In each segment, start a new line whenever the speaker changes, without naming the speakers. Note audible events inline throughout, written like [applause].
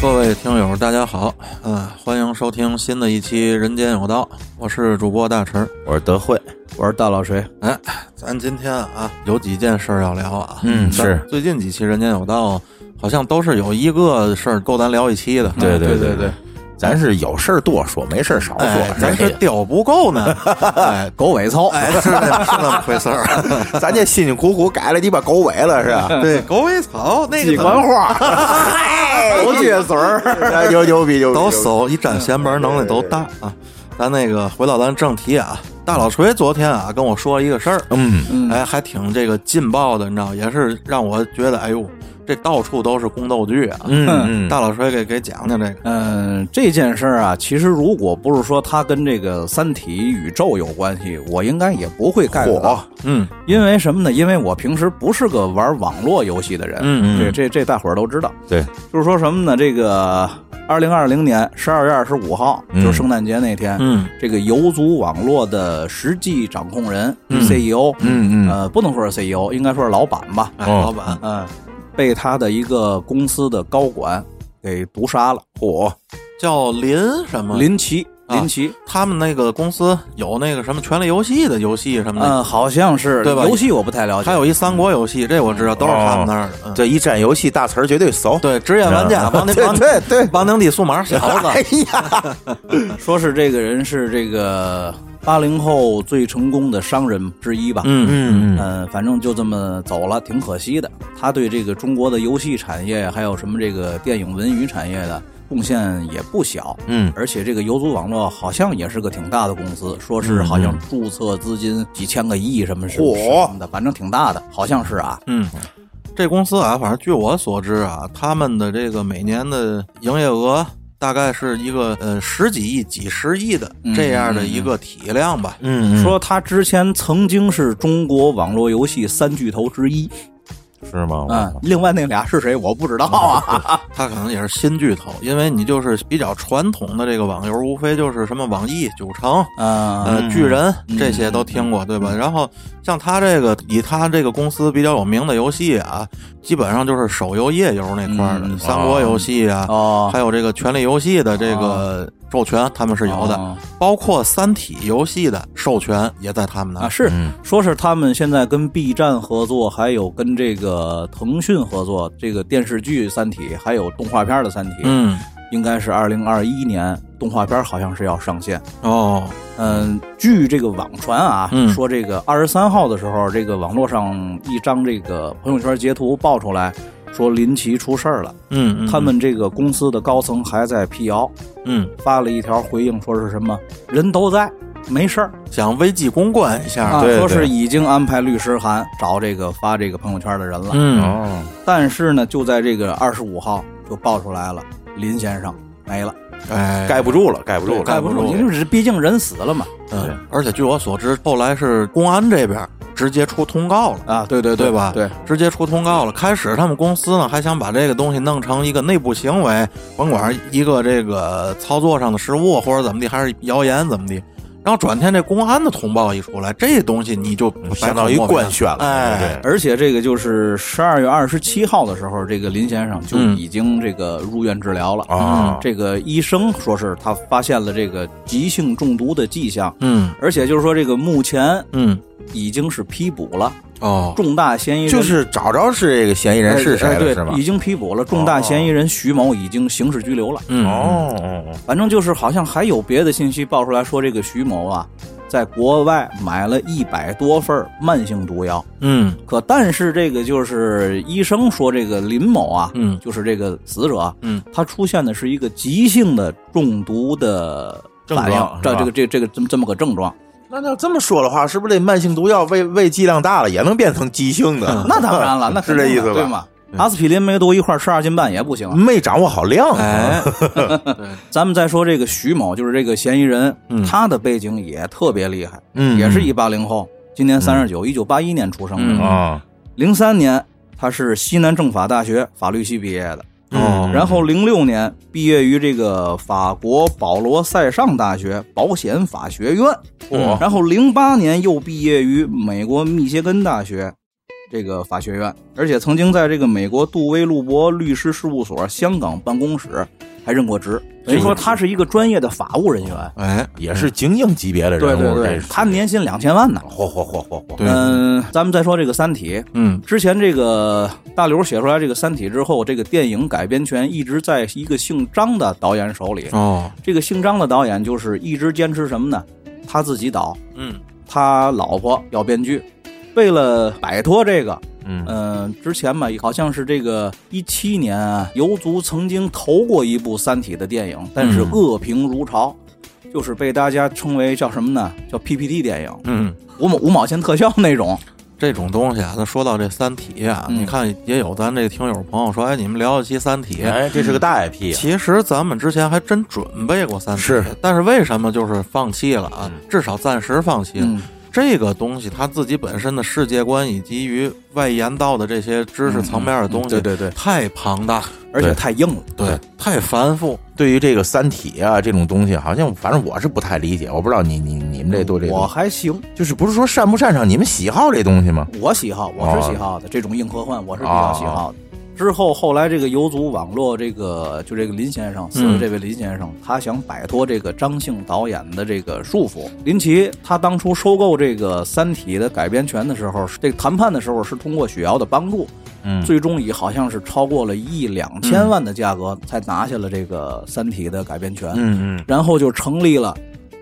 各位听友，大家好，嗯、欢迎收听新的一期《人间有道》，我是主播大陈。
我是德惠，
我是大老锤，
哎，咱今天啊有几件事儿要聊啊，
嗯
咱
是
最近几期《人间有道》好像都是有一个事儿够咱聊一期的，
对
啊对
对
对，
咱是有事儿多说，没事儿少
哎
说，，
咱这屌不够 [laughs] 呢，哎，
狗尾操，
哎，是那是那么回事儿。 [laughs]
这咱这辛辛苦苦改了鸡巴狗尾了是吧？
对，狗尾草那
几
个
管话，
狗撅嘴儿，哎牛牛逼牛逼，
抖擞一展闲门能力都大啊。咱那个回到咱正题啊，大老锤昨天啊跟我说一个事儿，
嗯，
哎，还挺这个劲爆的，你知道，也是让我觉得，哎呦，这到处都是宫斗剧啊。
嗯嗯
大老锤给给讲讲这个，
嗯，这件事儿啊，其实如果不是说它跟这个《三体》宇宙有关系，我应该也不会 get 到
火。
嗯
因为什么呢？因为我平时不是个玩网络游戏的人，
嗯嗯
这这这大伙儿都知道。
对，
就是说什么呢？这个二零二零年十二月二十五号，
嗯
就是圣诞节那天，
嗯
这个游族网络的实际掌控人、CEO，
嗯嗯
呃，不能说是 CEO，应该说是老板吧，
哎，
哦
老板，
嗯、被他的一个公司的高管给毒杀了。嚯、
叫林什么？
林奇，
啊
林奇，
他们那个公司有那个什么《权力游戏》的游戏什么
嗯、
的，
好像是
对吧
游戏我不太了解，
还有一三国游戏，这我知道，都是他们那儿的。嗯，
这一站游戏大词儿绝对熟，
对，职业玩家王鼎
哦 [laughs] 对
王
对对，
王鼎地数码小
哎
子，
呀，
说是这个人是这个八零后最成功的商人之一吧。
嗯
嗯嗯，
呃反正就这么走了，挺可惜的。他对这个中国的游戏产业，还有什么这个电影文娱产业的贡献也不小。
嗯，
而且这个游族网络好像也是个挺大的公司，说是好像注册资金几千个亿什么什么
嚯
什么的，反正挺大的，好像是啊。
嗯。这公司啊，反正据我所知啊，他们的这个每年的营业额大概是一个呃十几亿、几十亿的
嗯
这样的一个体量吧。
嗯
说他之前曾经是中国网络游戏三巨头之一，
是吗？
嗯，
哦
另外那俩是谁我不知道
[laughs]
啊。
它可能也是新巨头，因为你就是比较传统的这个网游，无非就是什么网易、九城、
嗯，
呃巨人这些都听过，对吧？然后像他这个以他这个公司比较有名的游戏啊，基本上就是手游、页游那块儿的，
嗯
三国游戏啊，
哦，
还有这个权力游戏的这个授权，他们是有的，
哦
包括三体游戏的授权也在他们那
啊，
儿。
是
嗯
说是他们现在跟 B 站合作，还有跟这个腾讯合作，这个电视剧《三体》还有动画片的《三体》，
嗯，
应该是二零二一年动画片好像是要上线。
哦，
嗯，据这个网传啊，
嗯
说这个二十三号的时候，这个网络上一张这个朋友圈截图爆出来。说林奇出事儿了，
嗯，嗯
他们这个公司的高层还在辟谣，
嗯
发了一条回应，说是什么人都在，没事儿，
想危机公关一下，
啊，
对
说
对
是已经安排律师函找这个发这个朋友圈的人了，
嗯，
哦，
但是呢，就在这个二十五号就爆出来了，林先生没了，
哎，
盖不住了，盖不住
对
了，
盖不住
因为是毕竟人死了嘛，
对
嗯，而且据我所知，后来是公安这边直接出通告了。
啊，对对
对吧？
对，
直接出通告了。开始他们公司呢还想把这个东西弄成一个内部行为，甭管一个这个操作上的失误或者怎么地，还是谣言怎么地。然后转天这公安的通报一出来，这东西你就
相当于官宣了，
哎，
而且这个就是十二月二十七号的时候，这个林先生就
嗯
已经这个入院治疗了
对啊，
这个医生说是他发现了这个急性中毒的迹象，
嗯
而且就是说这个目前
嗯
已经是批捕了
哦，
重大嫌疑人，
就是找着是这个嫌疑人是谁
哎
了
对
是吗？
已经批捕了重大嫌疑人徐某，已经刑事拘留了。
嗯，
哦哦哦，
反正就是好像还有别的信息爆出来说，这个徐某啊，在国外买了一百多份儿慢性毒药。
嗯
可但是这个就是医生说，这个林某啊，
嗯
就是这个死者，
嗯，
他出现的是一个急性的中毒的
症
反
状
应，这
是吧
这个这个这个这么这么个症状。
那要这么说的话，是不是这慢性毒药胃胃剂量大了也能变成急性的？
[laughs] 那当
[laughs]
然了，那
是
肯
这
定
意
的
思
对
吧？嗯
吗？阿司匹林、梅毒一块吃二斤半也不行啊。
没掌握好量，
[laughs] 哎，对
咱们再说这个徐某，就是这个嫌疑人，
嗯
他的背景也特别厉害，
嗯
也是一八零后，今年三十九，一九八一年出生
嗯
的，
啊，
零三年他是西南政法大学法律系毕业的，
嗯
哦
然后零六年毕业于这个法国保罗塞尚大学保险法学院，
嗯
然后零八年又毕业于美国密歇根大学。这个法学院，而且曾经在这个美国杜威路伯律师事务所香港办公室还任过职，等于说他是一个专业的法务人员。
哎，
也是精英级别的
对
人
嗯对
物，
对
哦这，是
他年薪两千万呢。
嚯嚯嚯嚯嚯！
对，
嗯，咱们再说这个《三体》，
嗯，
之前这个大刘写出来这个《三体》之后，这个电影改编权一直在一个姓张的导演手里。
哦，
这个姓张的导演就是一直坚持什么呢？他自己导，
嗯，
他老婆要编剧。为了摆脱这个，
嗯，
嗯、之前吧，好像是这个一七年啊，游族曾经投过一部《三体》的电影，但是
嗯
恶评如潮，就是被大家称为叫什么呢？叫 PPT 电影，
嗯，
五毛五毛钱特效那种。
这种东西啊，那说到这《三体》啊，
嗯
你看也有咱这听友朋友说，哎，你们聊一期《三体》，
哎，这是个大 IP，
嗯
其实咱们之前还真准备过《三体》，
是，
但是为什么就是放弃了啊？
嗯
至少暂时放弃了。
嗯
这个东西它自己本身的世界观以及于外延到的这些知识层面的东西，
对对对，
太庞大，
而且
对
太硬了。
对，太繁复。
对于这个《三体》啊这种东西，好像反正我是不太理解，我不知道你你你们这对这
我
个，
还行，
就是不是说擅不擅长，你们喜好这东西吗？
我喜好，我是喜好的、这种硬科幻，我是比较喜好的。之后后来这个游族网络这个就这个林先生，死了这位林先生，他想摆脱这个张姓导演的这个束缚。林奇他当初收购这个《三体》的改编权的时候，这个谈判的时候是通过雪瑶的帮助，
嗯
最终以好像是超过了一亿两千万的价格才拿下了这个《三体》的改编权。
嗯嗯，
然后就成立了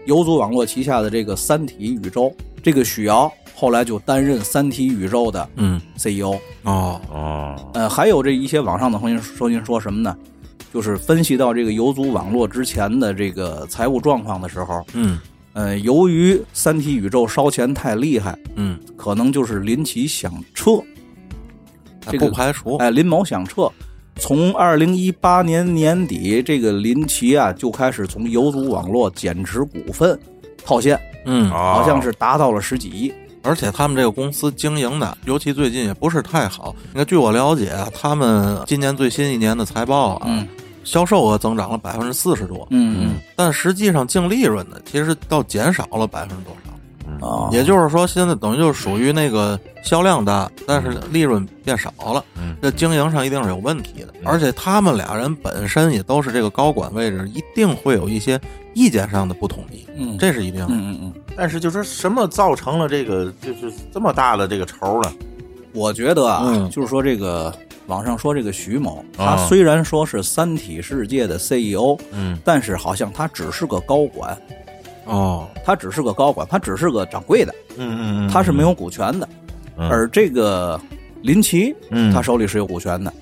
游族网络旗下的这个《三体》宇宙。这个许瑶后来就担任《三体》宇宙的
嗯，
CEO。
哦，
哦，
呃，还有这一些网上的声音声音说什么呢？就是分析到这个游族网络之前的这个财务状况的时候，
嗯
呃，由于《三体》宇宙烧钱太厉害，
嗯，
可能就是林奇想撤，这个
不排除。
哎，林某想撤。从二零一八年年底，这个林奇啊就开始从游族网络减持股份套现，
嗯，
好
好像是达到了十几亿。
而且他们这个公司经营的，尤其最近也不是太好。你看，据我了解，他们今年最新一年的财报啊，
嗯
销售额增长了百分之四十多，
嗯
但实际上净利润呢，其实倒减少了百分之多少。
啊，
也就是说，现在等于就是属于那个销量大，但是利润变少了，
嗯
这经营上一定是有问题
嗯
的。而且他们俩人本身也都是这个高管位置，一定会有一些意见上的不统一，
嗯
这是一定的。
嗯嗯嗯，
但是就说什么造成了这个就是这么大的这个仇呢？
我觉得啊，
嗯
就是说这个网上说这个徐某，他
啊
虽然说是三体世界的 CEO，
嗯，
但是好像他只是个高管，
哦，
他只是个高管，他只是个掌柜的，
嗯嗯
他是没有股权的。
嗯
而这个林奇，
嗯
他手里是有股权的。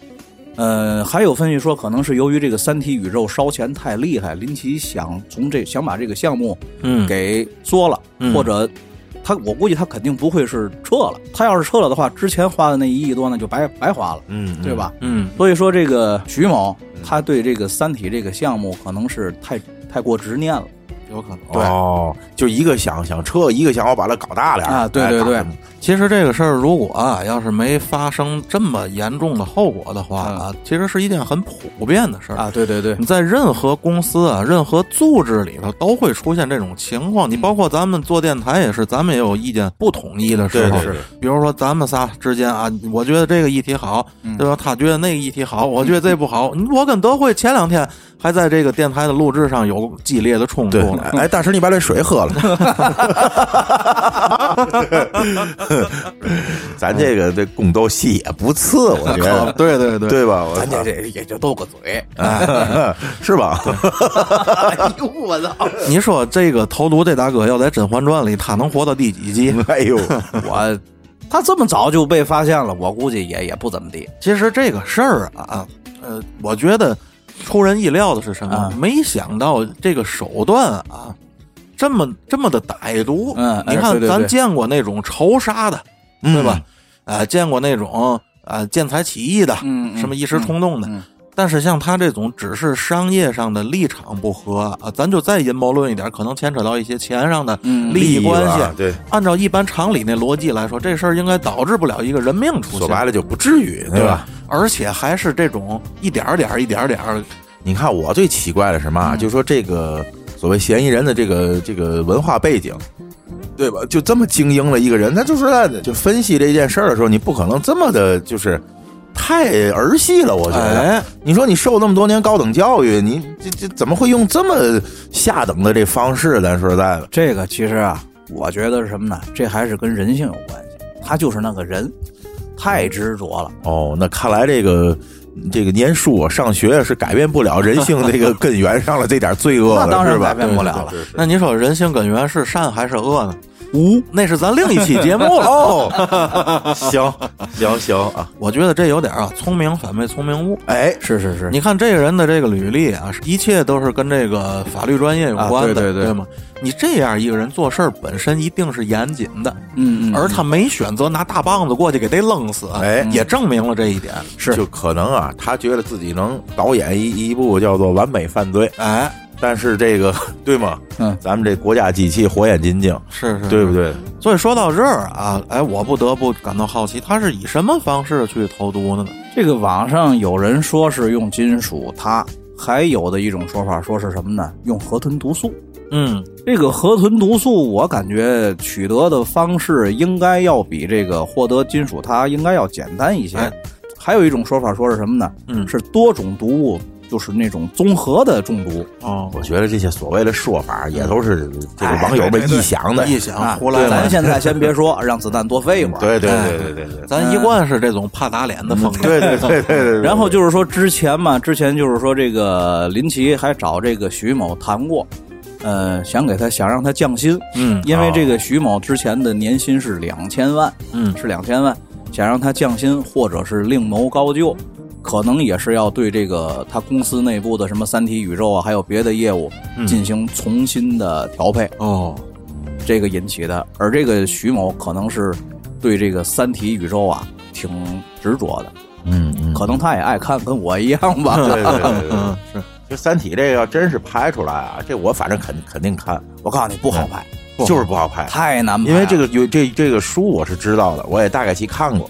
呃，还有分析说，可能是由于这个三体宇宙烧钱太厉害，林奇想从这想把这个项目
嗯，
给做了，
嗯
或者他我估计他肯定不会是撤了。他要是撤了的话，之前花的那一亿多呢就白白花了，
嗯
对？吧？
嗯
所以说这个徐某他对这个《三体》这个项目可能是太太过执念了。
有可能。
对哦，就一个想想撤，一个想要把它搞大点儿
啊对
哎
对
搞
对
什么
其实这个事儿，如果啊，要是没发生这么严重的后果的话啊，其实是一件很普遍的事儿。
啊，对对对，
你在任何公司啊、任何组织里头都会出现这种情况。你包括咱们做电台也是，咱们也有意见不统一的时候。
对对对
比如说咱们仨之间啊，我觉得这个议题好，对吧？他觉得那个议题好，我觉得这不好。你我跟德惠前两天还在这个电台的录制上有激烈的冲突
对，
了。
哎，大师，你把这水喝了。 [laughs] 咱这个这宫斗戏也不次，我觉得，
对对对，
[laughs] 对吧？我
咱
操
这这也就斗个嘴。
是吧？
[laughs] 哎呦我操！
你说这个头颅这大哥要在《甄嬛传》里，他能活到第几集？
[laughs] 哎 [laughs] 呦，
我他这么早就被发现了，我估计也也不怎么地。
其实这个事儿啊，呃，我觉得出人意料的是什么？
啊
没想到这个手段啊，这么这么的歹毒。
嗯哎
你看
对对
咱
对
见过那种仇杀的，对
对
吧？？啊、见过那种啊、见财起意的，
嗯嗯
什么一时冲动的。
嗯嗯
但是像他这种只是商业上的立场不合啊，咱就再阴谋论一点，可能牵扯到一些钱上的
嗯
利益关系。
吧对，
按照一般常理那逻辑来说，这事儿应该导致不了一个人命出
说
现。
白了就不至于，对啊吧？？
而且还是这种一点儿点儿、一点儿点儿，
你看我最啊嗯奇怪的是嘛？就说这个所谓嫌疑人的这个这个文化背景，对吧？就这么精英的一个人，他就说在就分析这件事儿的时候，你不可能这么的，就是太儿戏了。我觉得，
哎，
你说你受那么多年高等教育，你这这怎么会用这么下等的这方式？咱说实在的，
这个其实啊，我觉得是什么呢？这还是跟人性有关系。他就是那个人，太执着了。
哦，那看来这个这个年叔啊上学是改变不了人性这
[laughs]
个根源上了这点罪恶了，
那当然
是吧
改？变不了了。
那你说人性根源是善还是恶呢？无，那是咱另一期节目了。
哦，行行行
[laughs]
啊，
我觉得这有点啊，聪明反被聪明误。
哎，
是是是，
你看这个人的这个履历啊，一切都是跟这个法律专业有关的，
啊对对对
吗？你这样一个人做事儿本身一定是严谨的，
嗯嗯，
而他没选择拿大棒子过去给逮愣死，
哎
也证明了这一点。
是
就可能啊，他觉得自己能导演一一部叫做《完美犯罪》，
哎，
但是这个 [laughs] 对吗？
嗯
咱们这国家机器火眼金睛，
是是，
对不对？
所以说到这儿啊，哎，我不得不感到好奇，他是以什么方式去投毒的呢？
这个网上有人说是用金属铊，还有的一种说法说是什么呢？用河豚毒素。
嗯，
这个河豚毒素，我感觉取得的方式应该要比这个获得金属铊应该要简单一些。
哎
还有一种说法说是什么呢？
嗯
是多种毒物，就是那种综合的中毒。
哦，
我觉得这些所谓的说法也都是这个
哎
网友们
对对对
臆想的，
臆想
啊
胡来
咱
嘛。
现在先别说，让子弹多飞一会儿。啊
对对
哎
对对对对。
咱一贯是这种怕打脸的风格，
对对对对对，
然后就是说之前嘛，之前就是说这个林奇还找这个徐某谈过，呃，想给他想让他降薪，
嗯
因为这个徐某之前的年薪是两千万，
嗯
是两千万，想让他降薪或者是另谋高就，可能也是要对这个他公司内部的什么三体宇宙啊，还有别的业务
嗯
进行重新的调配，
哦，
这个引起的。而这个徐某可能是对这个三体宇宙啊挺执着的，
嗯嗯，
可能他也爱看，跟我一样
[laughs]
吧。
对对对对对
嗯
对，
是
这《三体》这个要真是拍出来啊，这我反正肯肯定看，
我告诉你，不好拍，
就是不好拍，
太难拍了。
哎因为这个有这这个书我是知道的，我也大概其看过，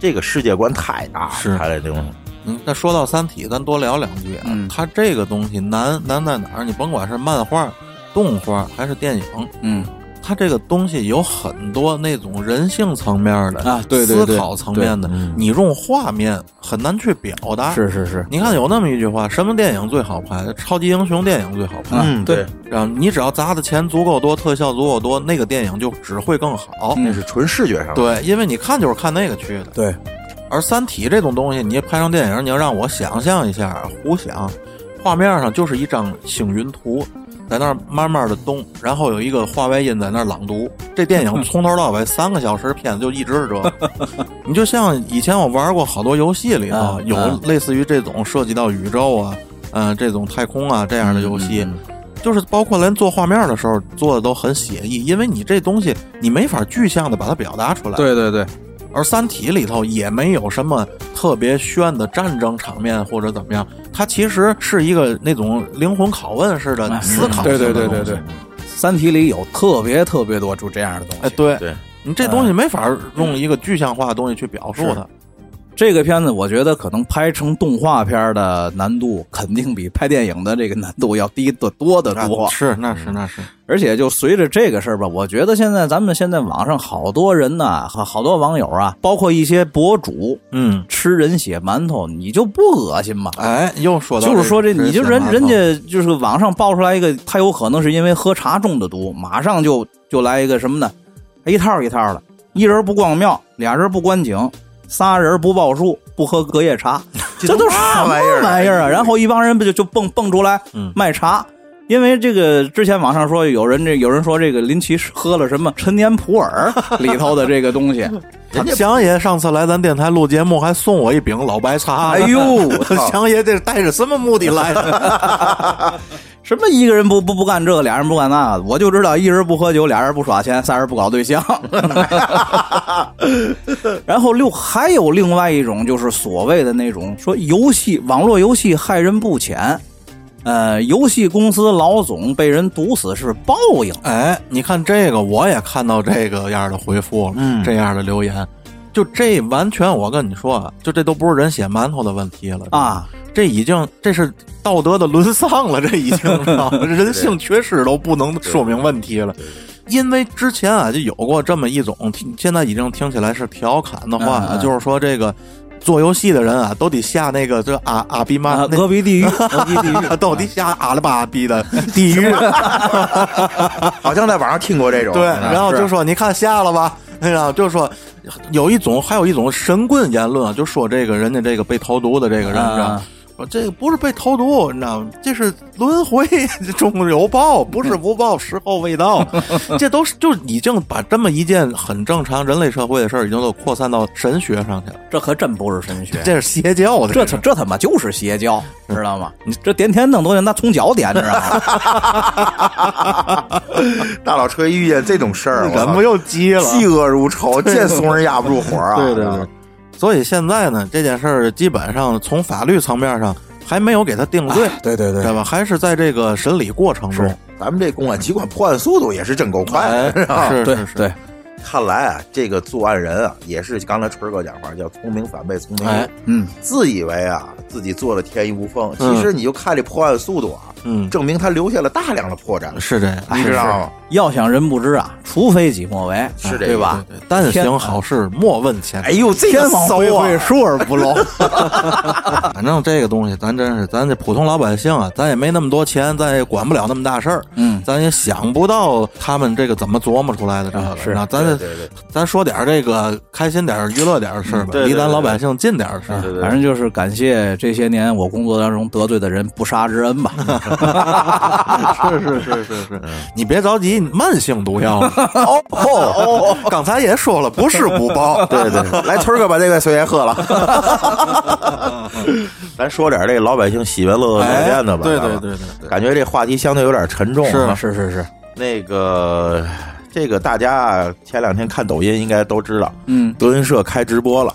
这个世界观太大了，
是
它这东西。
嗯，那说到《三体》，咱多聊两句啊。
嗯
它这个东西难难在哪儿？你甭管是漫画、动画还是电影，
嗯
它这个东西有很多那种人性层面的
啊对对对
思考层面的
对嗯，
你用画面很难去表达。，
是是是，
你看有那么一句话，什么电影最好拍？超级英雄电影最好拍。
嗯，
对，
然后你只要砸的钱足够多，特效足够多，那个电影就只会更好。
嗯
那是纯视觉上的。
对，因为你看就是看那个去的。
对，
而《三体》这种东西，你拍成电影，你要让我想象一下，胡想，画面上就是一张星云图，在那儿慢慢的动，然后有一个话外音在那儿朗读。这电影从头到尾三个小时片子就一直是这
[laughs]
个，你就像以前我玩过好多游戏里头
嗯
有
嗯
类似于这种涉及到宇宙啊，嗯、这种太空啊这样的游
嗯
戏。就是包括连做画面的时候做的都很写意，因为你这东西你没法具象的把它表达出来。
对对对，
而《三体》里头也没有什么特别炫的战争场面或者怎么样，它其实是一个那种灵魂拷问似的
哎
思考
对
性
对
的东西。
对对对，《三体》里有特别特别多就这样的东西。
哎，对
对
你这
嗯
东西没法用一个具象化的东西去表述它。
这个片子我觉得可能拍成动画片的难度肯定比拍电影的这个难度要低得多得
啊
多。嗯
是，那是那是，
而且就随着这个事儿吧，我觉得现在咱们现在网上好多人呐、好好多网友啊，包括一些博主
嗯，
吃人血馒头，你就不恶心吗？
哎，又说到
就是说
这
这，
个
你就
这
人
马桶
人家就是网上爆出来一个，他有可能是因为喝茶中的毒，马上就就来一个什么呢？一套一套的，一人不逛庙，俩人不观景，仨人不报数，不喝隔夜茶， [laughs] 这都什么玩意儿玩意儿啊？然后一帮人不就就蹦蹦出来
嗯
卖茶。因为这个，之前网上说有人这有人说这个林奇喝了什么陈年普 [laughs] 洱里头的这个东 [laughs] 西，
他祥爷上次来咱电台录节目，还送我一饼老白茶。
哎呦，我操
祥爷这是带着什么目的来的？
什么一个人不不不干这个，俩人不干那个，我就知道一人不喝酒，俩人不耍钱，仨人不搞对象。 [laughs] 然后六还有另外一种就是所谓的那种说游戏网络游戏害人不浅，呃，游戏公司老总被人毒死是报应。
哎，你看这个，我也看到这个样的回复，
嗯
这样的留言，就这完全，我跟你说啊，就这都不是人血馒头的问题了
啊，
这已经这是 [laughs] 道德的沦丧了，这已经是吧人性缺失都不能说明问题了。因为之前啊就有过这么一种，听现在已经听起来是调侃的话，
嗯嗯嗯
就是说这个做游戏的人啊都得下那个这阿阿比
啊，
妈那，
俄比地狱，俄比地狱
[laughs] 到底下阿拉巴逼
[laughs]
的地狱，
[laughs] 好像在网上听过这种。
对，
嗯
然后
是
就说你看下了吧， [laughs] 然后就说有一种还有一种神棍言论啊，就说这个人家这个被投毒的这个人，
啊
你知道吗我这个不是被投毒，你知道吗？这是轮回， [laughs] 终有报，不
嗯
是不报，时候未
[laughs]
到。这都是就已经把这么一件很正常人类社会的事儿，已经都扩散到神学上去了。
这可真不是神学，
这是邪教的，
这他这他妈就是邪教，知道吗？你这点天灯都得拿从脚点，知啊道吗？
大老车一遇见这种事儿，
人不
我
又急了，
操嫉恶如仇，见怂人压不住火啊！
对对对，所以现在呢，这件事儿基本上从法律层面上还没有给他定罪，
对对对
对吧？还是在这个审理过程中，
咱们这公安机关破案速度也是真够快
哎，
是吧？
是
对
是是
对，
看来啊，这个作案人啊，也是刚才春儿哥讲话叫聪明反被聪明误，
哎
嗯，
自以为啊自己做的天衣无缝，
嗯
其实你就看这破案速度啊，
嗯，哎
证明他留下了大量的破绽，
是这啊样，
你知道吗？
要想人不知啊，除非己莫为，啊
是这
对
意
吧？
对哎但行好事，莫问前
哎
程。
呦，这个
天网
骚
恢恢，
啊！
疏而不漏。
[laughs] 反正这个东西，咱真是咱这普通老百姓啊，咱也没那么多钱，咱也管不了那么大事儿，
嗯，
咱也想不到他们这个怎么琢磨出来的这个。
啊是
那咱
对
这
对对，
咱说点儿这个开心点儿、娱乐点儿的事儿吧，
对对
离咱
对
老百姓近点儿的事儿。
反正就是感谢这些年我工作当中得罪的人不杀之
[laughs]
恩吧。
是是是是是，嗯你别着急，你慢性毒药。哦哦，刚才也说了，不是不报。
[laughs] 对对，对来村儿哥把这个水也喝了。
[laughs]
咱说点这老百姓喜闻乐恶少见的吧。
哎对
咱
对对
们
对
感觉这话题相对有点沉重。啊
是
是是是，
那个，这个大家前两天看抖音应该都知道，
嗯，
德云社开直播了。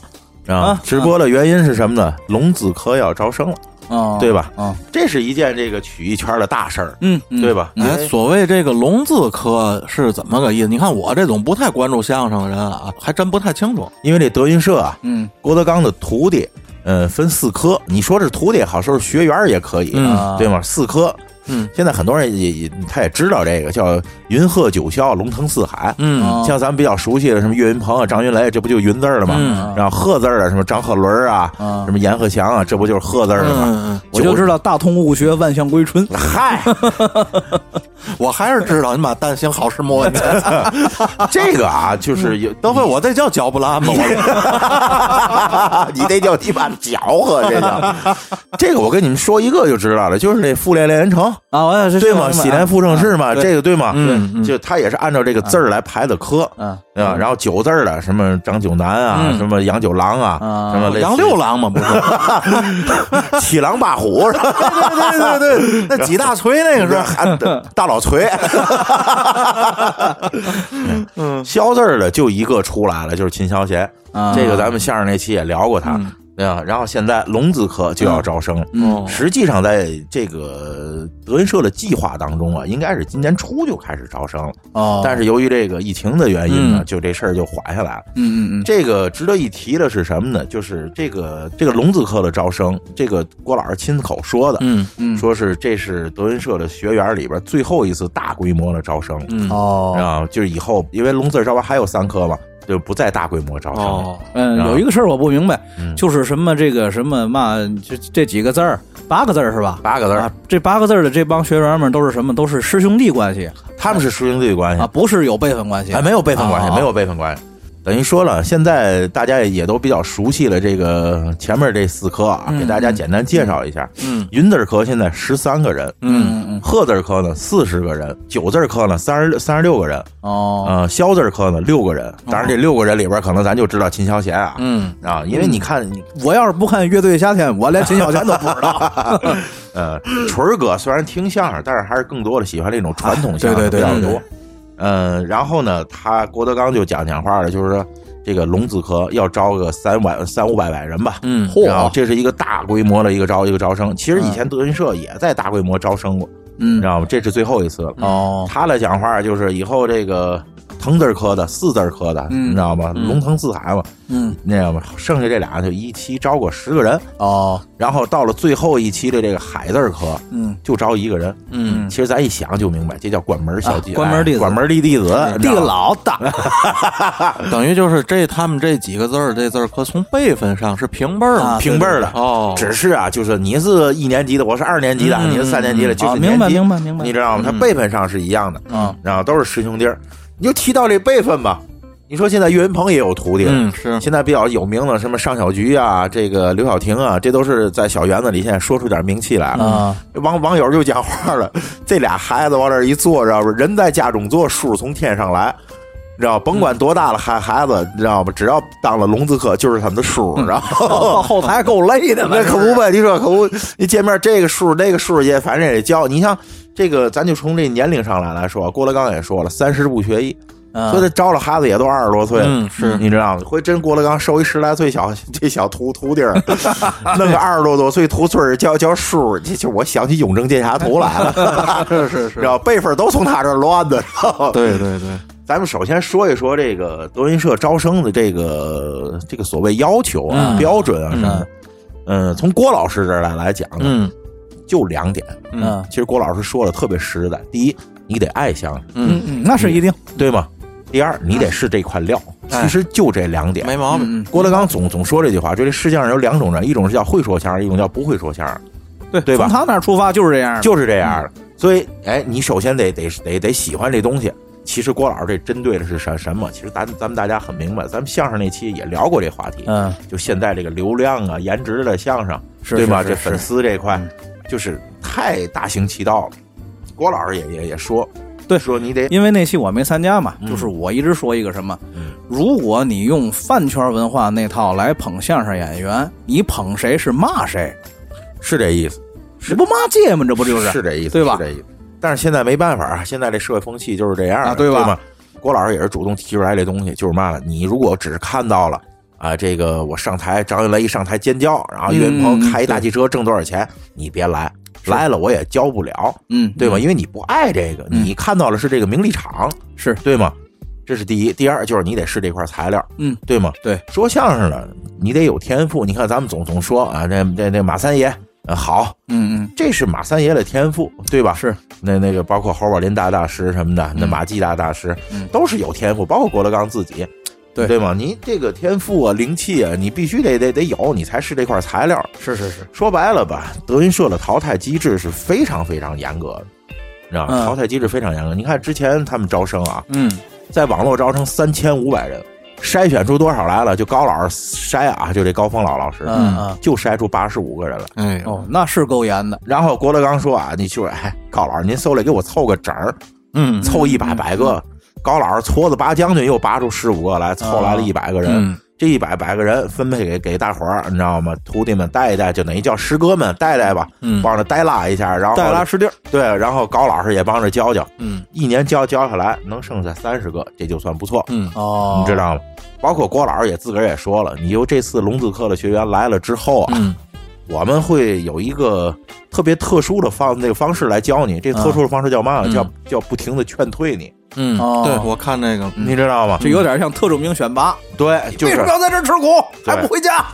啊
啊，
直播的原因是什么呢？龙子科要招生了，
啊，
对吧？
啊，
这是一件这个曲艺圈的大事儿，
嗯，嗯
对？吧？
对，哎，
因为
所谓这个龙字科是怎么个意思？你看我这种不太关注相声的人啊，还真不太清楚。
因为这德云社啊，
嗯
郭德纲的徒弟，嗯，分四科。你说这徒弟也好，说是学员儿也可以，
嗯
啊，
对吗？四科，
嗯
现在很多人也也他也知道这个叫云鹤九霄、龙腾四海。
嗯
啊
像咱们比较熟悉的什么岳云鹏啊、张云雷，这不就云字儿了吗？
嗯
然后鹤字儿的什么张鹤伦啊、
啊
什么阎鹤祥啊，这不就是鹤字儿了吗？
嗯，
我就知道大通物学，万象归春。
嗨，
嗯我还是知道，你妈但行好事莫问前程。
这个啊，就是有
等会我这叫脚不拉 [laughs] 吗？我
你这叫你把搅和，这叫 [laughs] 这个我跟你们说一个就知道了，就是那复联连连城，
啊，我也是
对吗？
这
喜
明白
连复正市嘛，
对
这个对吗？
嗯嗯
就他也是按照这个字儿来排的科，
嗯
对吧？然后九字儿的什么张九南啊，
嗯
什么杨九郎啊，
啊
什么类似于
杨六郎嘛，不是？
[laughs] 七郎八虎是吧？
对对对对， [laughs] 那几大锤那个是。
[laughs] 还大老锤， [laughs] 嗯，萧字儿的就一个出来了，就是秦霄贤，
啊
这个咱们相声那期也聊过他，对吧？然后现在龙子科就要招生，
嗯
实际上在这个德云社的计划当中啊，应该是今年初就开始招生了，
哦，
但是由于这个疫情的原因呢，
嗯
就这事儿就缓下来了。
嗯嗯嗯，
这个值得一提的是什么呢？就是这个这个龙子科的招生，这个郭老师亲口说的，
嗯
嗯
说是这是德云社的学员里边最后一次大规模的招生，
嗯
哦，
啊，就是以后因为龙字招完还有三科嘛，就不再大规模招生了。
哦，
嗯，
然后
有一个事儿我不明白，
嗯
就是什么这个什么嘛，这这几个字儿，八个字儿是吧？
八个字儿
啊，这八个字儿的这帮学员们都是什么？都是师兄弟关系
他们是师兄弟关系
啊，，不是有辈分关系。
哎哎，没有辈分关系，
啊
没有辈分关系。等于说了，现在大家也都比较熟悉了这个前面这四科啊，
嗯
给大家简单介绍一下。
嗯
云字儿科现在十三个人，
嗯
嗯嗯嗯，
鹤字儿科呢四十个人，九字儿科呢三十三十六个人，
哦，
呃，萧字儿科呢六个人。当然，这六个人里边儿可能咱就知道秦霄贤啊，
嗯
啊，因为你看你
我要是不看乐队夏天，我连秦小泉都不知道。 [clears throat]
呃，纯儿哥虽然听相声，但是还是更多的喜欢那种传统相
啊
声
对
比
对对
较
对
多。嗯，然后呢，他郭德纲就讲讲话了，就是说这个龙子科要招个三百三五百百人吧。
嗯
然后，这是一个大规模的一个招一个招生，其实以前德云社也在大规模招生过，你
嗯
知，道吗？这是最后一次了。
哦，
他的讲话就是以后这个腾字儿科的、四字儿科的，
嗯
你知道吗？龙腾四海嘛，
嗯，
你知道吗？剩下这俩就一期招过十个人，
哦，
然后到了最后一期的这个海字儿科，
嗯，
就招一个人。
嗯，
其实咱一想就明白，这叫关门小弟，
啊关门弟子
哎关门立弟子，你
地
知道吗
老大，
等于就是这他们这几个字儿，这字儿科从辈分上是平辈儿嘛
啊
哎平辈儿的。
哦，
只是啊，就是你是一年级的，我是二年级的，
嗯
你是三年级的，就是
啊明白
年级
明白明白
你知道吗？他辈分上是一样的，
嗯，
然后都是师兄弟儿。你就提到这辈分吧，你说现在岳云鹏也有徒弟，
嗯是
现在比较有名的什么尚小菊啊，这个刘晓婷啊，这都是在小园子里现在说出点名气来了。
啊，
网网友就讲话了， [laughs] 这俩孩子往这儿一坐，知道吧？人在家中坐，书从天上来。知道吧甭管多大了，孩孩子，你知道吧？只要当了聋子客，就是他们的叔。然后
到嗯 [laughs] 后台够累的，
那可不呗，你说可不？你见面这个数那个数也反正也得教。你像这个，咱就从这年龄上来来说，郭德纲也说了，三十不学艺，
嗯
所以他招了孩子也都二十多岁了。
嗯是
你知道吗？回真郭德纲收一十来岁小 [laughs] 这小徒徒
[laughs]
弟儿，弄个二十多多岁徒孙儿叫叫叔，这就我想起《雍正剑侠图》来了，
[laughs] 是是是
知，道辈分都从他这儿乱的，知道吗？
对对对，
咱们首先说一说这个德云社招生的这个这个所谓要求啊、
嗯
标准啊什么的。嗯，从郭老师这儿来来讲呢，
嗯
就两点。
嗯
其实郭老师说的特别实在，第一，你得爱相声，
嗯
嗯，
嗯，那是一定，
对吗？第二，你得是这块料。
哎
其实就这两点。
没毛病，
嗯，
郭德纲总总说这句话，就这世界上有两种人，一种是叫会说相声，一种叫不会说相声，
对
对吧
从他那儿出发就是这样的，
就是这样的。所以，哎，你首先得得得得喜欢这东西。其实郭老师这针对的是什什么？其实咱咱们大家很明白，咱们相声那期也聊过这话题。
嗯，
就现在这个流量啊、颜值的相声，
是
对吧？
是
这
是嗯
粉丝这一块，就是太大行其道了。郭老师也也也说，
对
说你得
因为那期我没参加嘛，
嗯
就是我一直说一个什么
嗯，
如果你用饭圈文化那套来捧相声演员，你捧谁是骂谁，
是这意思，
这不骂街吗？这不就是
是这意思，
对吧
是这意思。但是现在没办法啊，现在这社会风气就是这样
啊
对
对吧
吗？郭老师也是主动提出来这东西，就是嘛呢？你如果只是看到了啊，这个我上台，张云雷一上台尖叫，然后岳云鹏
嗯
开一大汽车挣多少钱，你别来，来了我也教不了，
嗯，
对吧？因为你不爱这个，
嗯
你看到了是这个名利场，
是
对吗？这是第一，第二就是你得是这块材料，
嗯，
对吗？
对，
说相声的你得有天赋。你看咱们总总说啊，这这这马三爷、呃好，
嗯嗯，
这是马三爷的天赋，对吧？
是，
那那个包括侯宝林大大师什么的，那马季大大师、
嗯
都是有天赋，包括郭德纲自己，
对
对吗？你这个天赋啊、灵气啊，你必须得得得有，你才是这块材料。
是是是，
说白了吧，德云社的淘汰机制是非常非常严格的，你知道吗？
嗯
淘汰机制非常严格。你看之前他们招生啊，
嗯
在网络招生三千五百人，筛选出多少来了？就高老师筛啊，就这高峰老老师，
嗯嗯，
就筛出八十五个人来。
哎呦
哦，那是够严的，
然后郭德纲说啊，你就是哎，高老师您手里给我凑个整儿，
嗯
凑一百百个。高老师矬子拔将军又拔出十五个来，凑来了一百个人。
嗯
这一百百个人分配给给大伙儿，你知道吗？徒弟们带一带，就等于叫师哥们带带吧，
嗯
帮着带拉一下，然后
带拉师弟儿，
对，然后高老师也帮着教教，
嗯
一年教教下来能剩下三十个，这就算不错，
嗯
哦，
你知道吗？包括郭老师也自个儿也说了，你由这次龙字课的学员来了之后啊，
嗯
我们会有一个特别特殊的方那个方式来教你，这特殊的方式叫嘛呢？
嗯
叫叫不停的劝退你，
嗯，
哦
对我看那个，
你知道吗？
嗯
嗯
这有点像特种兵选拔，
对，就
为
是
什么要在这儿吃苦，
对
还不回家？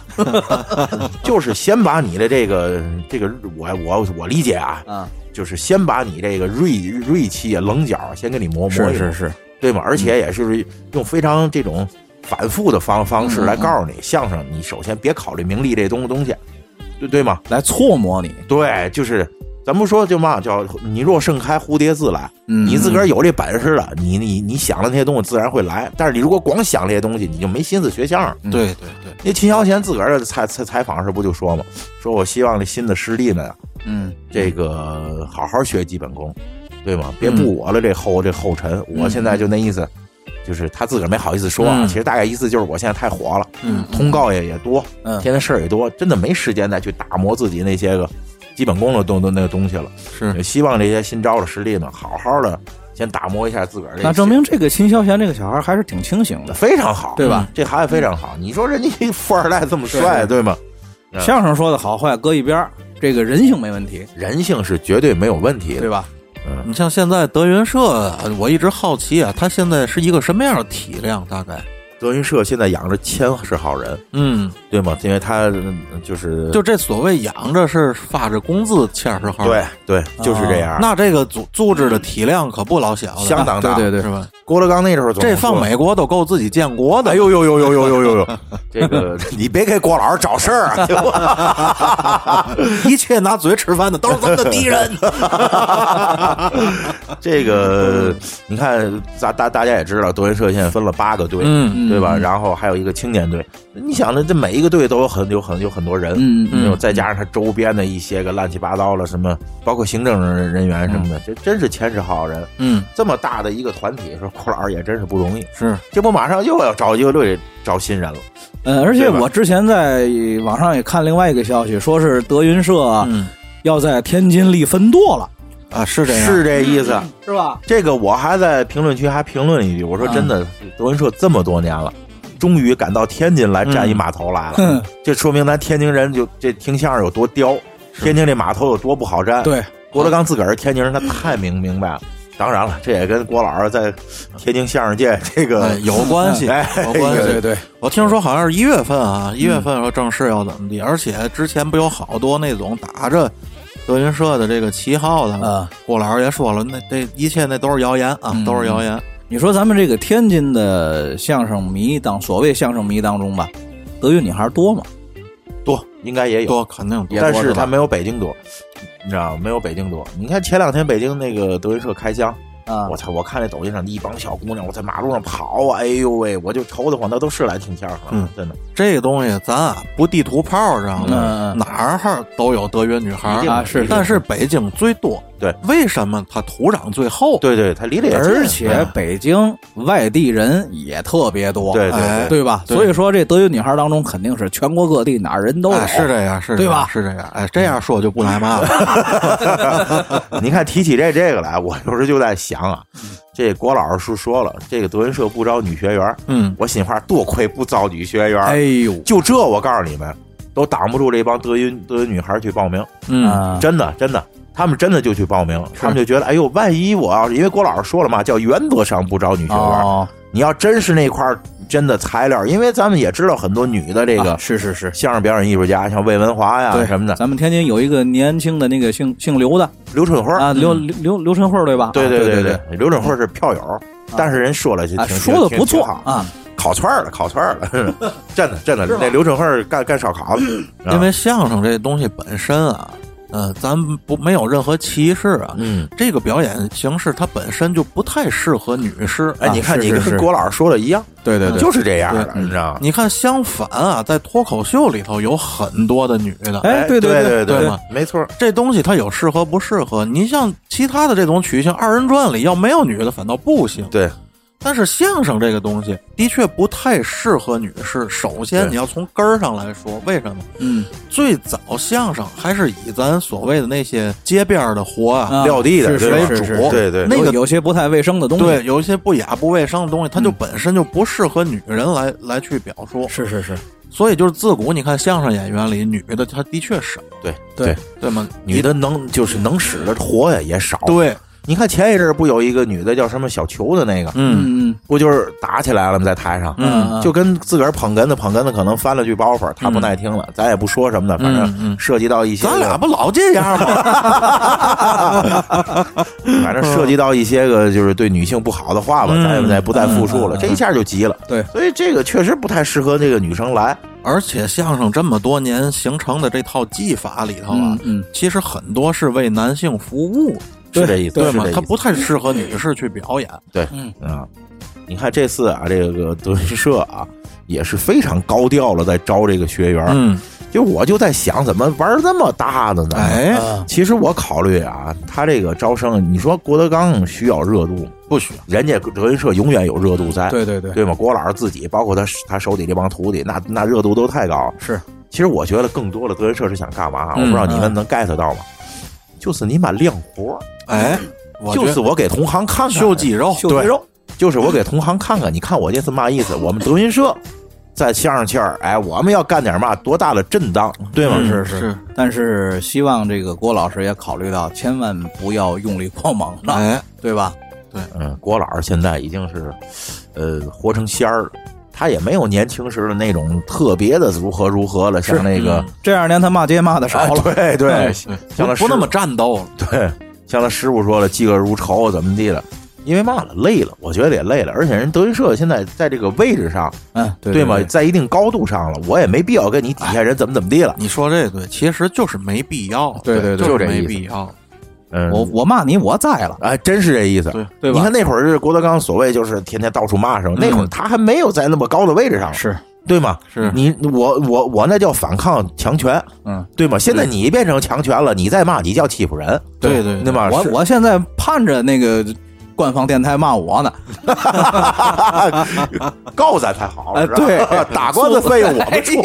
就是先把你的这个这个，我我我理解啊，
啊，
就是先把你这个锐锐气啊、棱角先给你磨磨一磨，
是，嗯
对吗？而且也是用非常这种反复的方方
嗯
式来告诉你，相声你首先别考虑名利这东东西，对对吗？
来搓磨你，
对，就是咱不说就嘛叫你若盛开，蝴蝶自来。
嗯
你自个儿有这本事了，你你你想的那些东西自然会来。但是你如果光想这些东西，你就没心思学相声。
对对对，
那秦霄贤自个儿采采采访时不就说嘛，说我希望这新的师弟们啊，
嗯，
这个好好学基本功，对吗？别步我了这后这后尘，
嗯
我现在就那意思，就是他自个儿没好意思说啊，
嗯
其实大概意思就是我现在太火了，
嗯
通告也也多，
嗯
天天事儿也多，真的没时间再去打磨自己那些个基本功的东东那个东西了。
是
也希望这些新招的实力们好好的先打磨一下自个儿这，
那证明这个秦霄贤这个小孩还是挺清醒的。
非常好，
对吧
嗯这孩子非常好，你说人家一富二代这么帅，
是
对吗？嗯
相声说的好坏搁一边儿，这个人性没问题，
人性是绝对没有问题的
对。吧？
嗯
你像现在德云社，我一直好奇啊，它现在是一个什么样的体量？大概，
德云社现在养着千是好人，
嗯，
对吗？因为他嗯就是
就这所谓养着是发着工资，欠是号，啊
对，对，就是这样。
那这个组组织的体量可不老小了，
相当大
对对
是
对，
吧？
郭德纲那时候总
这放
说
美国都够自己建国的，
哎呦呦呦呦呦呦呦 [laughs] 呦！这个你别给郭老师找事儿啊！对吧
[laughs] 一切拿嘴吃饭的都是咱们的敌人。
[laughs] [laughs] 这个你看，大大大家也知道，德云社现在分了八个队，
嗯
对吧？然后还有一个青年队。你想呢？这每一个队都有很有很有很多人，
嗯嗯
没有再加上他周边的一些个乱七八糟了什么，包括行政人员什么的，这真是千是好人。
嗯，
这么大的一个团体，说郭老师也真是不容易。
是，
这不马上又要找一个队找新人了，
嗯，而且
对吧
我之前在网上也看另外一个消息，说是德云社啊
嗯
要在天津立分舵了，
啊，是这样，
是这意思。
是吧？
这个我还在评论区还评论一句，我说
啊
真的，
嗯
德云社这么多年了，终于赶到天津来占一码头来了，
嗯
这说明咱天津人就这听相声有多刁，天津这码头有多不好占。，
对，
郭德纲自个儿是天津人，他太明明白了。当然了，这也跟郭老师在天津相声界这个、
哎有关系，
哎
有
嗯
关系。
对，
我听说好像是一月份啊，
嗯
一月份说正式要怎么地，而且之前不有好多那种打着德云社的这个旗号的吗，
啊，
郭老师也说了，那这一切那都是谣言啊，
嗯
都是谣言。
你说咱们这个天津的相声迷当所谓相声迷当中吧，德云女孩多吗？
多应该也有，
多肯定多
也，
但
多
是
是吧
他没有北京多，你知道吗？没有北京多。你看前两天北京那个德云社开箱，
啊，
我操！我看那抖音上一帮小姑娘，我在马路上跑啊，哎呦喂，我就愁得慌。那都是来听相声了，
嗯
真的。
这个东西咱啊不地图炮上
嗯
的，
嗯
哪儿都有德云女孩
一定
儿，
啊是
但是北京最多。
对，
为什么它土壤最厚？
对对，他离得也近，
而且北京外地人也特别多，啊
对
哎
对对，
对吧？
对
所以说这德云女孩当中肯定是全国各地哪儿人都有，
哎，是这样，是这样
对吧
是这样，哎，这样说就不挨骂
[laughs]
了。
嗯你看提起这这个来，我有时就在想啊，这郭老师说了，这个德云社不招女学员，
嗯，
我心话多亏不招女学员，
哎呦，
就这我告诉你们，都挡不住这帮德云德云女孩去报名，
嗯，
啊，
真的真的。他们真的就去报名，他们就觉得，哎呦，万一我要是因为郭老师说了嘛，叫原则上不招女学员，
哦，
你要真是那块儿真的材料，因为咱们也知道很多女的这
这
个
是是是，
相声表演艺术家，像魏文华呀
对
什么的，
啊咱们天津有一个年轻的那个姓姓刘的
刘春花，
啊，刘刘刘刘春慧儿对吧？
对
啊
对
对
对，刘春花是票友，但是人说了就
啊，
挺
说的
挺
不错
挺好
啊，
烤串儿了，烤串儿了， [laughs] 真的真的，那刘春花干干烧
[coughs]
烤，啊
因为相声这东西本身啊，嗯，咱不没有任何歧视啊，
嗯。
这个表演形式它本身就不太适合女士。
哎，
啊
你看，
是
你
是
跟
是
郭老师说的一样，
对对对，
就是这样的，
对
你知道吗？
你看，相反啊，在脱口秀里头有很多的女的，
哎对
对
对
对
对
对
对
嘛，
没错，
这东西它有适合不适合。你像其他的这种曲线，二人转里要没有女的反倒不行。
对，
但是相声这个东西的确不太适合女士。首先，
对
你要从根儿上来说，为什么？
嗯，
最早相声还是以咱所谓的那些街边儿的活啊
啊
撂地的
是
对吧
是是是
对对，
那个
有有些不太卫生的东西，
对，有一些不雅不卫生的东西，它就本身就不适合女人来来去表述。
是是是，
所以就是自古你看相声演员里女的，她的确少，
对
对，
对吗？
女的能就是能使的活呀也少。
对，
你看前一阵儿不有一个女的叫什么小球的那个，
嗯
嗯嗯
不就是打起来了吗？在台上，
嗯
就跟自个儿捧哏的捧哏的可能翻了句包袱，他不耐听了，咱也不说什么的，反
嗯
正
嗯
涉及到一些个，
咱俩不老这样吗？
反正涉及到一些个就是对女性不好的话吧，
嗯
咱也再不再复述了，
嗯嗯嗯
这一下就急了。
对
所以这个确实不太适合这个女生来。
[laughs] 而且相声这么多年形成的这套技法里头啊
嗯，嗯，
其实很多是为男性服务的，
是这意思，
对
是
吗
这？意
它
思
不太适合女士去表演。
啊。你看这次啊，这个德云社啊，也是非常高调了，在招这个学员。
嗯，
就我就在想，怎么玩儿这么大的呢？
哎，
啊
其实我考虑啊，他这个招生，你说郭德纲需要热度吗，
不许，
人家德云社永远有热度在，
对对对，
对吗？郭老师自己，包括他他手底这帮徒弟，那那热度都太高。
是，
其实我觉得更多的德云社是想干嘛啊？我
嗯
不知道你们能 get 到吗？就是你把量活儿，
哎，我觉
就
得
是我给同行看看，
秀肌肉，
秀肌肉
对，就是我给同行看看，你看我这次嘛意思？我们德云社在相声圈儿，哎，我们要干点嘛多大的震荡，对吗？
是嗯是，
但是希望这个郭老师也考虑到，千万不要用力过猛了，
哎，
对吧？
嗯，郭老师现在已经是，呃，活成仙儿了，他也没有年轻时的那种特别的如何如何了，像那个，
这二年他骂街骂的少
哎，
了， [laughs] 嗯
对对，像他
不
师
不那么战斗了，
对，像他师傅说了，嫉恶如仇怎么地了。因为嘛了，累了，我觉得也累了，而且人德云社现在在这个位置上，
嗯，对
吗？在一定高度上了，我也没必要跟你底下人怎么怎么地了。
你说这对，其实就是没必要，
对对
就
对
是
就这意
没
思
必要，
嗯，
我我骂你，我在了，
哎，真是这意思。
对嗯
对吧
你看那会儿，郭德纲所谓就是天天到处骂什么，那会儿他还没有在那么高的位置上，
是，
对吗？
是
你我我我那叫反抗强权，
嗯，
对吗？现在你变成强权了，你再骂你叫欺负人，
对对
对吗？
我
啊是
我现在盼着那个官方电台骂我呢，
告咱才好了，
哎
哦是吧
[laughs] 对哎
打官司费用我们出。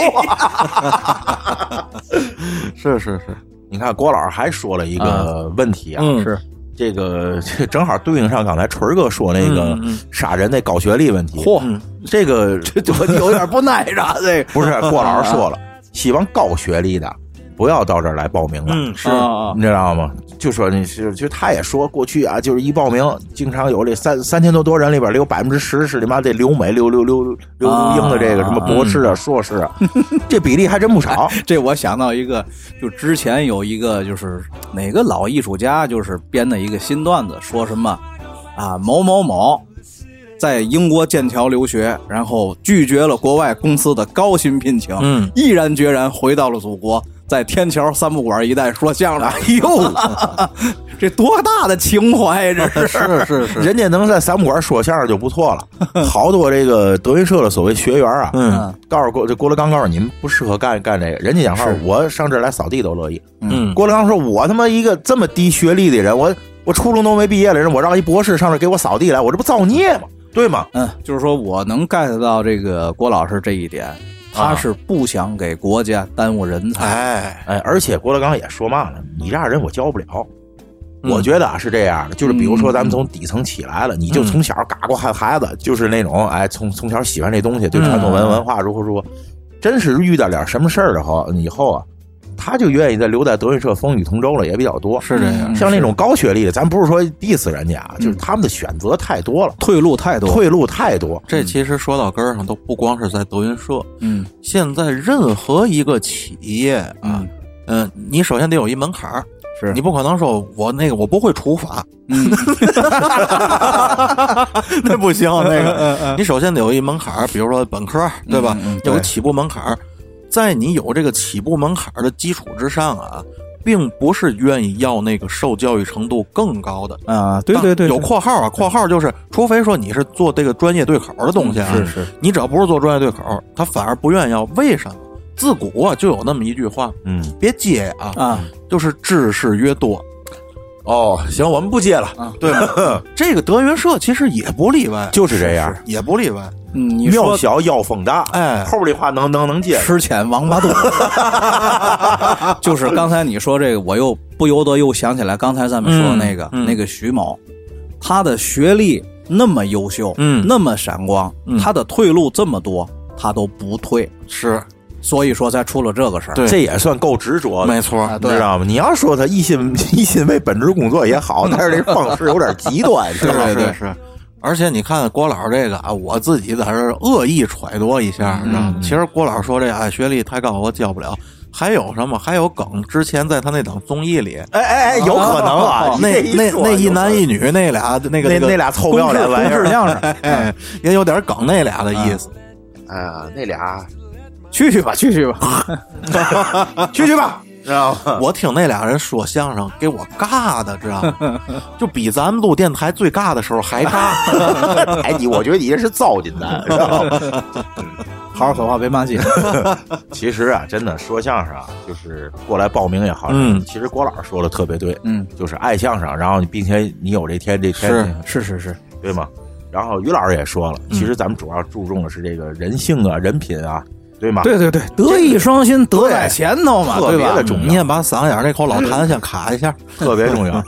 是是是，
你看郭老师还说了一个问题啊，
嗯
是
这个这正好对应上刚才纯儿哥说那个
嗯嗯
杀人那高学历问题，
嚯，
这个
这我有点不 [laughs] 耐啥这个
不是郭老师说了，希望高学历的不要到这儿来报名了。
嗯是，
啊啊
你知道吗？就说你是，就他也说过去啊，就是一报名，经常有这三三千多多人里边，有百分之十是你妈这留美、留留留留留英的这个
啊
什么博士啊、硕士啊， [laughs] 这比例还真不少。
这我想到一个，就之前有一个就是哪个老艺术家就是编的一个新段子，说什么啊某某某在英国剑桥留学，然后拒绝了国外公司的高薪聘请，
嗯
毅然决然回到了祖国。在天桥三不管一带说相声，哎呦， [laughs] 这多大的情怀呀！这是
是是是，
人家能在三不管说相声就不错了。好多这个德云社的所谓学员啊，
嗯
告诉郭这郭德纲告诉你们不适合干干这个，人家讲话
是
我上这儿来扫地都乐意。
嗯，
郭德纲说：“我他妈一个这么低学历的人，我我初中都没毕业的人，我让一博士上这给我扫地来，我这不造孽吗？对吗？
嗯，就是说我能 get 到这个郭老师这一点，他是不想给国家耽误人才。
哎，
哎，而且郭德纲也说嘛了，你这样人我教不了。
嗯
我觉得啊是这样的，就是比如说咱们从底层起来了，你
嗯
就从小嘎过孩孩子，就是那种哎，从从小喜欢这东西，对传统
嗯
文文化如何如何，真是遇到点什么事儿了后，以后啊，他就愿意再留在德云社风雨同舟了，也比较多。
是嗯这样，
像那种高学历的，咱不是说 diss 人家啊，就是他们的选择太多了，
退路太多，
退路太多。
这其实说到根儿上，都不光是在德云社，
嗯
现在任何一个企业啊，嗯，你首先得有一门槛儿，
是
你不可能说我那个我不会除法，
嗯 [laughs]
那不行，那个你首先得有一门槛儿，比如说本科，对吧？
嗯嗯嗯
有个
对
起步门槛儿，在你有这个起步门槛儿的基础之上啊，并不是愿意要那个受教育程度更高的。
啊，对对对，
有括号啊，括号就是，除非说你是做这个专业对口的东西啊，
嗯
是是，
你只要不是做专业对口，他反而不愿意要。为什么？自古啊就有那么一句话，
嗯，
别接啊，
啊，
就是知识越多，
哦，行，我们不接了，
对
[laughs]
吧？这个德云社其实也不例外，
就是这样。
也不例外。
嗯，你
庙
说
小妖风大，
哎
后边这话能能能接。
吃钱王八犊，就是刚才你说这个，我又不由得又想起来刚才咱们说的那个、
嗯嗯
那个徐某，他的学历那么优秀，
嗯
那么闪光，
嗯
他的退路这么多，他都不退，
是，
所以说才出了这个事儿。
对
这也算够执着的
没，错，
啊
你知
对
道吗？你要说他一心 [laughs] 一心为本职工作也 [laughs] 好，但是这方式有点极端，是吧？
是是是。而且你看郭老师这个啊，我自己在这儿恶意揣度一下，知道吗？其实郭老师说这哎学历太高我教不了，还有什么？还有耿之前在他那档综艺里，
哎哎哎，有可能啊，
那那那一男
一
一女那俩那个
那
个
那俩臭不要脸玩意
[laughs]
儿
相声，
哎，也有点梗那俩的意思。
哎呀，那俩
去去吧，去去吧，
去去吧，知道吗？
我听那俩人说相声，给我尬的，知道吗？就比咱们录电台最尬的时候还尬。
[laughs] 哎，你我觉得你这是糟践咱，知道吗？
好好说话，别骂 [laughs] 街。
其实啊，真的说相声啊，就是过来报名也好，
嗯
其实郭老师说的特别对，
嗯，
就是爱相声，然后你并且你有这天这天
是
性
是是是，嗯
对吗？然后于老师也说了，其实咱们主要注重的是这个人性啊、人品啊，对吗？
对对对，德艺双馨，德在前头嘛，
特
对
别
吧
的？重
你
要，
也把嗓子眼那口老痰先卡一下。
特别
[laughs]
重要。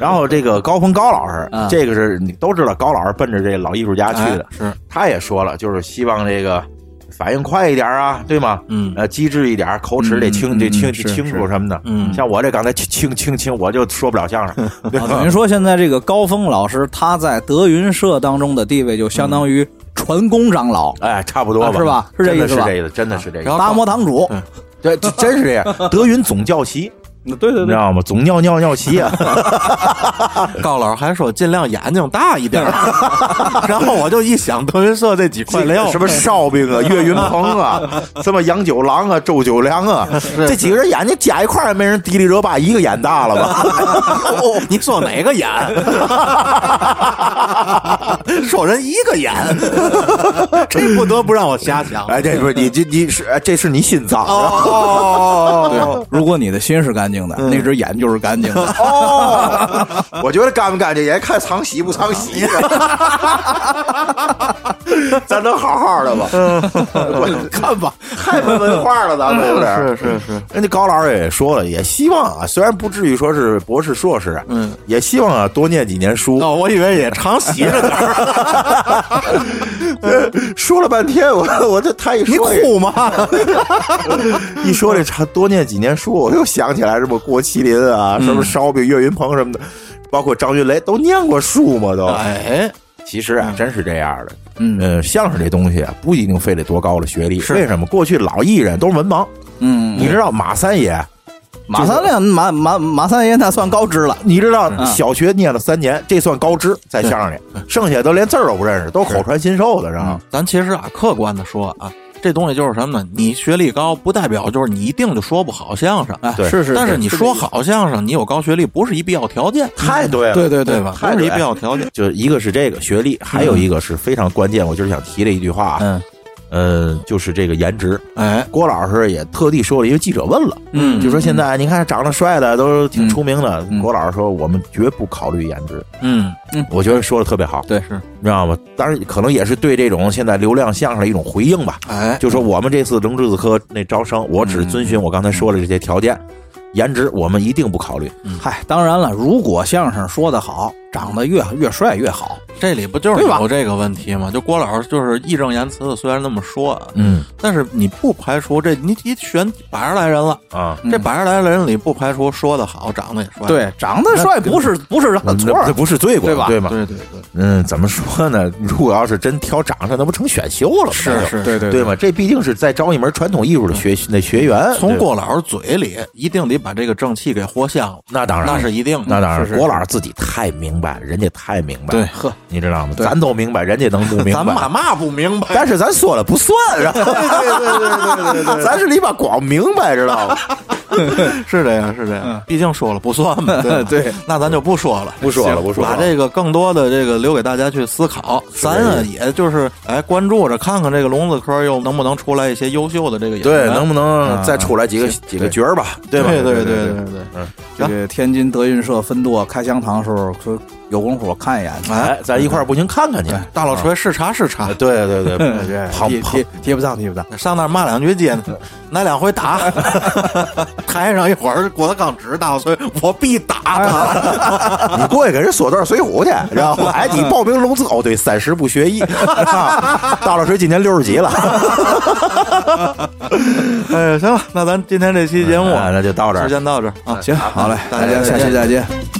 然后这个高峰高老师，
嗯
这个是你都知道，高老师奔着这老艺术家去的，
哎是
他也说了，就是希望这个反应快一点啊，对吗？
嗯
呃，机智一点，口齿得清，
嗯
得清
嗯是
清楚
是
什么的。
嗯
像我这刚才清清清清，我就说不了相
[laughs]
声。对
啊，等于说现在这个高峰老师他在德云社当中的地位就相当于传功长老、
[laughs] 哎，差不多吧，
啊是吧是这
真的
意思
是
吧
这意思，真的是这意
然后
思。
达摩堂主。
对，这真是这
[laughs]
样。德云总教习，
嗯对对
你知，道吗？总尿尿尿席
[laughs]
啊。
高老师还说尽量眼睛大一点
[laughs]
儿，然后我就一想德云社这几块料，
什么烧饼
[laughs]
啊、岳云鹏啊、什么杨九郎啊、周九良
[laughs]
啊，这几个人眼睛加一块儿，没人迪丽热巴一个眼大了吧？
你说哪个
[laughs]
眼？说人一个眼，这不得不让我瞎想。
哎，这不是你这你是哎这是你心脏
哦，
如果你的心是干净的，那只眼就是干净 [laughs] 的。
[laughs] 哦，我觉得干不干净也看藏喜不藏喜， [laughs] 咱能好好的吧？我看吧，太没文化了，咱们有点儿
是是是，
人家高老师也说了，也希望啊，虽然不至于说是博士、硕士，嗯，也希望啊多念几年书。
哦，我以为也常洗着
[laughs]
点儿，
说了半天，我我这他一
你
说
哭吗？
一说这长多念几年书，我又想起来什么郭麒麟啊，什么烧饼、岳云鹏什么的，包括张云雷都念过书嘛都。
哎，
其实啊，真是这样的。
嗯
呃，相声这东西啊，不一定非得多高的学历。为什么？过去老艺人都是文盲，
嗯，
你知道马三爷，
马三亮，马马马三爷那算高知了。
你知道小学念了三年，这算高知，在相声里，剩下都连字儿都不认识，都口传心授的，知道吗？
咱其实啊，客观的说啊，这东西就是什么呢？你学历高，不代表就是你一定就说不好相声。
哎，
对
是是，
但是
是
你说好相声，你有高学历不是一必要条件，
太对了，
对对对
对吧？
太
不是一
对
必要条件。
就是一个是这个学历，还有一个是非常关键，我就是想提的一句话啊，
嗯
嗯，就是这个颜值。
哎，
郭老师也特地说了，因为记者问了，
嗯
就说现在你看长得帅的都挺出名的
嗯，
郭老师说我们绝不考虑颜值，
嗯，
我觉得说的特别好，
对
是，
你知道吗？当然可能也是对这种现在流量相声的一种回应吧，
哎，
就说我们这次龙之子科那招生，我只遵循我刚才说的这些条
嗯
件，颜值我们一定不考虑，
嗨，当然了，如果相声说得好，长得越越帅越好。
这里不就是
对吧
有这个问题吗？就郭老师就是义正言辞的，虽然那么说啊，
嗯
但是你不排除这你你选百十来人了，
啊，
这百十来人里不排除说的好，长得也帅。
对，长得帅不是不是
那
让错
这
儿，
不是罪过
对吧
对吗？
对对对，
嗯，怎么说呢？如果要是真挑长相，那不成选秀了吗？
是是嗯
对对
对吗？这毕竟是在招一门传统艺术的学那学员，
从
对吧
郭老师嘴里一定得把这个正气给活香了，
那当然，
那是一定的。
嗯那当然，
是是
郭老师自己太明白，人家太明白，
对，
呵，
你知道吗？
对
咱都明白，人家能不明
咱把
白？
嘛不明白？
但是咱说了不算， [laughs] 然后咱是里把光明白，知道 [laughs] 吗？
是这样，是这样，毕竟说了不算 [laughs] 嘛。吧
对，
那咱就嗯不说了，
不说了
行
不说了
把这个更多的这个留给大家去思考。咱啊，也就是哎，关注着看看这个聋子科又能不能出来一些优秀的这个演
对，
员。
能不能再出来几个几个角儿吧？啊对吧？
对对对
对
对对，
嗯，
这个天津德云社分舵开香堂的时候，说有功夫我看一眼去。
哎，
哎，咱一块儿不行看看去。
大老锤视察视察，
对 [laughs] 对对，
对
跑
贴
跑
贴贴不上，贴不上。
上那儿骂两句街呢，来两回打。 [laughs] 台上一会儿郭德纲指着大老锤，我必打他。
你过去给人说段《水浒》去，然 [laughs] 后哎，你报名龙字哦，对，三十不 [laughs] 学艺，啊大老师今年六十几了，
哎，行了，那咱今天这期节目
哎那就到这儿哎
时。间到这儿啊，
行，好嘞，
大
大
家
家
再见
下期再见。